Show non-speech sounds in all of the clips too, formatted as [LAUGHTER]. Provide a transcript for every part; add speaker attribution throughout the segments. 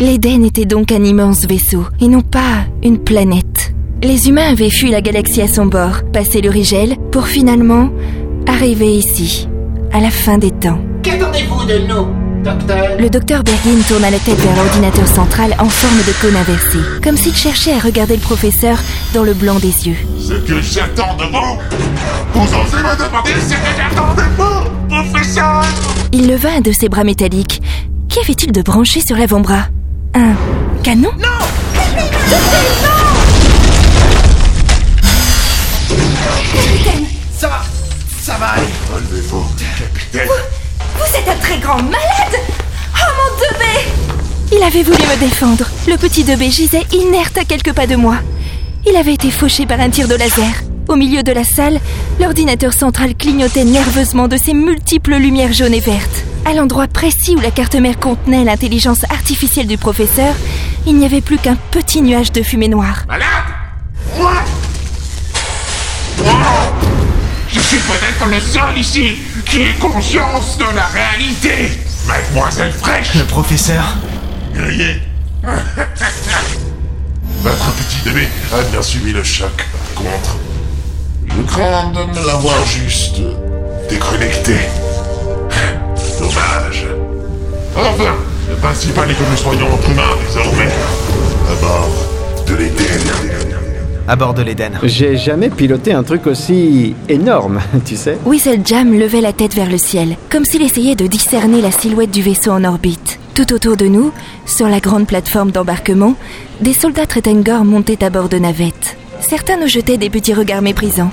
Speaker 1: L'Éden était donc un immense vaisseau, et non pas une planète. Les humains avaient fui la galaxie à son bord, passé le Rigel, pour finalement arriver ici, à la fin des temps.
Speaker 2: Qu'attendez-vous de nous, docteur
Speaker 1: Le docteur Bergin tourna la tête vers l'ordinateur central en forme de cône inversé, comme s'il cherchait à regarder le professeur dans le blanc des yeux.
Speaker 3: Ce que j'attends de vous, vous osez me demander ce que j'attends de vous, professeur
Speaker 1: Il leva un de ses bras métalliques. Qu'y avait-il de branché sur l'avant-bras Un canon
Speaker 2: Ça va, ça va aller.
Speaker 3: Relevez-vous, capitaine.
Speaker 4: Vous êtes un très grand malade Oh mon Dieu
Speaker 1: Il avait voulu me défendre. Le petit 2B gisait inerte à quelques pas de moi. Il avait été fauché par un tir de laser. Au milieu de la salle, l'ordinateur central clignotait nerveusement de ses multiples lumières jaunes et vertes. À l'endroit précis où la carte mère contenait l'intelligence artificielle du professeur, il n'y avait plus qu'un petit nuage de fumée noire.
Speaker 3: Malade Moi Moi Je suis peut-être le seul ici qui ait conscience de la réalité. Mademoiselle Fraîche
Speaker 5: Le professeur
Speaker 3: [LAUGHS] Grillé Votre petit bébé a Ah, bien subi le choc, par contre. Je crains de me l'avoir juste déconnecté. [LAUGHS] Dommage. Enfin, le principal est que nous soyons entre humains désormais. À bord de l'Éden.
Speaker 5: à bord de l'Éden.
Speaker 6: J'ai jamais piloté un truc aussi énorme, [LAUGHS] tu sais.
Speaker 1: Whistle Jam levait la tête vers le ciel, comme s'il essayait de discerner la silhouette du vaisseau en orbite. Tout autour de nous, sur la grande plateforme d'embarquement, des soldats Tretengor montaient à bord de navettes. Certains nous jetaient des petits regards méprisants,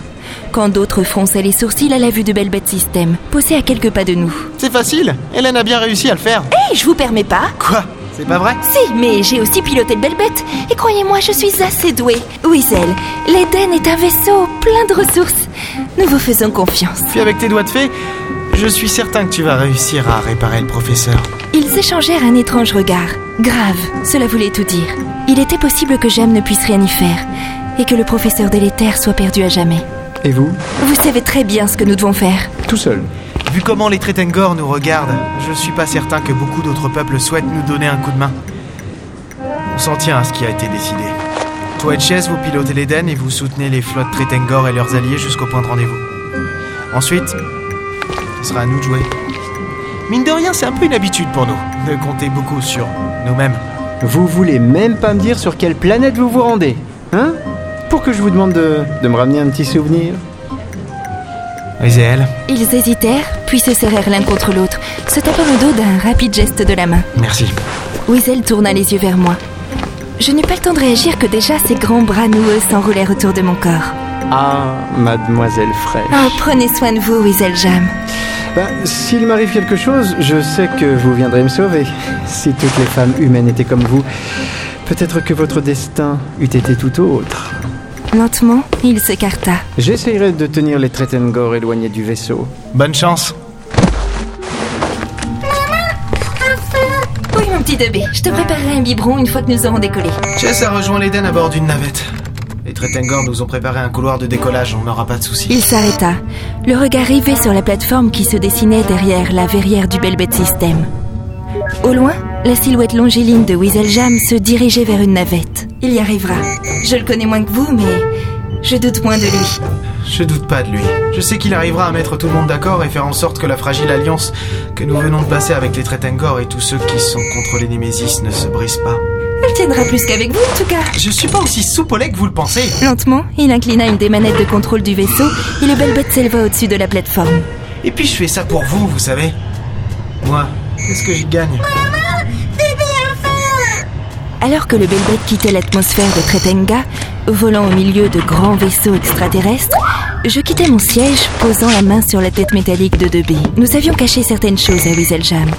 Speaker 1: quand d'autres fronçaient les sourcils à la vue de belles bêtes système, posées à quelques pas de nous.
Speaker 5: C'est facile, Hélène a bien réussi à le faire.
Speaker 1: Hé, Eh, je vous permets pas
Speaker 5: Quoi C'est pas vrai
Speaker 1: Si, mais j'ai aussi piloté de belles bêtes, et croyez-moi, je suis assez douée. Whistle, l'Éden est un vaisseau plein de ressources. Nous vous faisons confiance.
Speaker 5: Puis avec tes doigts de fée, je suis certain que tu vas réussir à réparer le professeur.
Speaker 1: Ils échangèrent un étrange regard, grave, cela voulait tout dire. Il était possible que Jam ne puisse rien y faire, et que le professeur délétère soit perdu à jamais.
Speaker 6: Et vous
Speaker 1: Vous savez très bien ce que nous devons faire.
Speaker 6: Tout seul.
Speaker 5: Vu comment les Tretengor nous regardent, je suis pas certain que beaucoup d'autres peuples souhaitent nous donner un coup de main. On s'en tient à ce qui a été décidé. Toi et Chess, vous pilotez l'Éden et vous soutenez les flottes Tretengor et leurs alliés jusqu'au point de rendez-vous. Ensuite, ce sera à nous de jouer. Mine de rien, c'est un peu une habitude pour nous de compter beaucoup sur nous-mêmes.
Speaker 6: Vous voulez même pas me dire sur quelle planète vous vous rendez Hein Pour que je vous demande de, de me ramener un petit souvenir
Speaker 5: Vas-y, elle.
Speaker 1: Ils hésitèrent, puis se serrèrent l'un contre l'autre, se tapant le dos d'un rapide geste de la main.
Speaker 5: Merci.
Speaker 1: Weasel tourna les yeux vers moi. Je n'eus pas le temps de réagir que déjà ses grands bras noueux s'enroulaient autour de mon corps.
Speaker 6: Ah, mademoiselle Fraîche.
Speaker 1: Oh, prenez soin de vous, Weasel Jam.
Speaker 6: Ben, s'il m'arrive quelque chose, je sais que vous viendrez me sauver. Si toutes les femmes humaines étaient comme vous, peut-être que votre destin eût été tout autre.
Speaker 1: Lentement, il s'écarta.
Speaker 6: J'essayerai de tenir les Tretengor éloignés du vaisseau.
Speaker 5: Bonne chance.
Speaker 1: Oui, mon petit bébé, je te préparerai un biberon une fois que nous aurons décollé.
Speaker 5: Chess a rejoint l'Éden à bord d'une navette. Les Tretengor nous ont préparé un couloir de décollage, on n'aura pas de soucis.
Speaker 1: Il s'arrêta, le regard rivé sur la plateforme qui se dessinait derrière la verrière du Belbet System. Au loin, la silhouette longiligne de Weasel Jam se dirigeait vers une navette. Il y arrivera. Je le connais moins que vous, mais je doute moins de lui.
Speaker 5: Je doute pas de lui. Je sais qu'il arrivera à mettre tout le monde d'accord et faire en sorte que la fragile alliance que nous venons de passer avec les Tretengor et tous ceux qui sont contre les Némésis ne se brise pas.
Speaker 1: Elle tiendra plus qu'avec vous, en tout cas.
Speaker 5: Je suis pas aussi soupolé que vous le pensez.
Speaker 1: Lentement, il inclina une des manettes de contrôle du vaisseau et le Belbet s'éleva au-dessus de la plateforme.
Speaker 5: Et puis je fais ça pour vous, vous savez. Moi, qu'est-ce que j'y gagne
Speaker 1: Alors que le Belbet quittait l'atmosphère de Tretenga, volant au milieu de grands vaisseaux extraterrestres, je quittais mon siège, posant la main sur la tête métallique de 2B. Nous avions caché certaines choses à Wieseljam.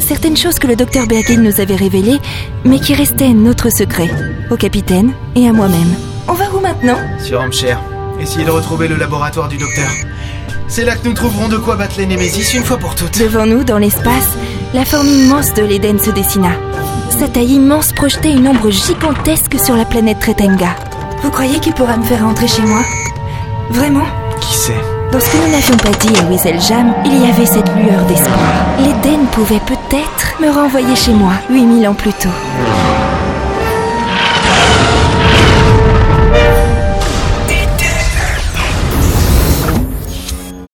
Speaker 1: Certaines choses que le docteur Bergin nous avait révélées, mais qui restaient notre secret, au capitaine et à moi-même. On va où maintenant
Speaker 5: Sur Amcher, essayez de retrouver le laboratoire du docteur. C'est là que nous trouverons de quoi battre les Némésis une fois pour toutes.
Speaker 1: Devant nous, dans l'espace, la forme immense de l'Éden se dessina. Sa taille immense projetait une ombre gigantesque sur la planète Tretenga. Vous croyez qu'il pourra me faire rentrer chez moi Vraiment
Speaker 5: Qui sait
Speaker 1: Dans ce que nous n'avions pas dit à Weasel Jam, il y avait cette lueur d'espoir. L'Éden pouvait peut-être me renvoyer chez moi 8000 ans plus tôt.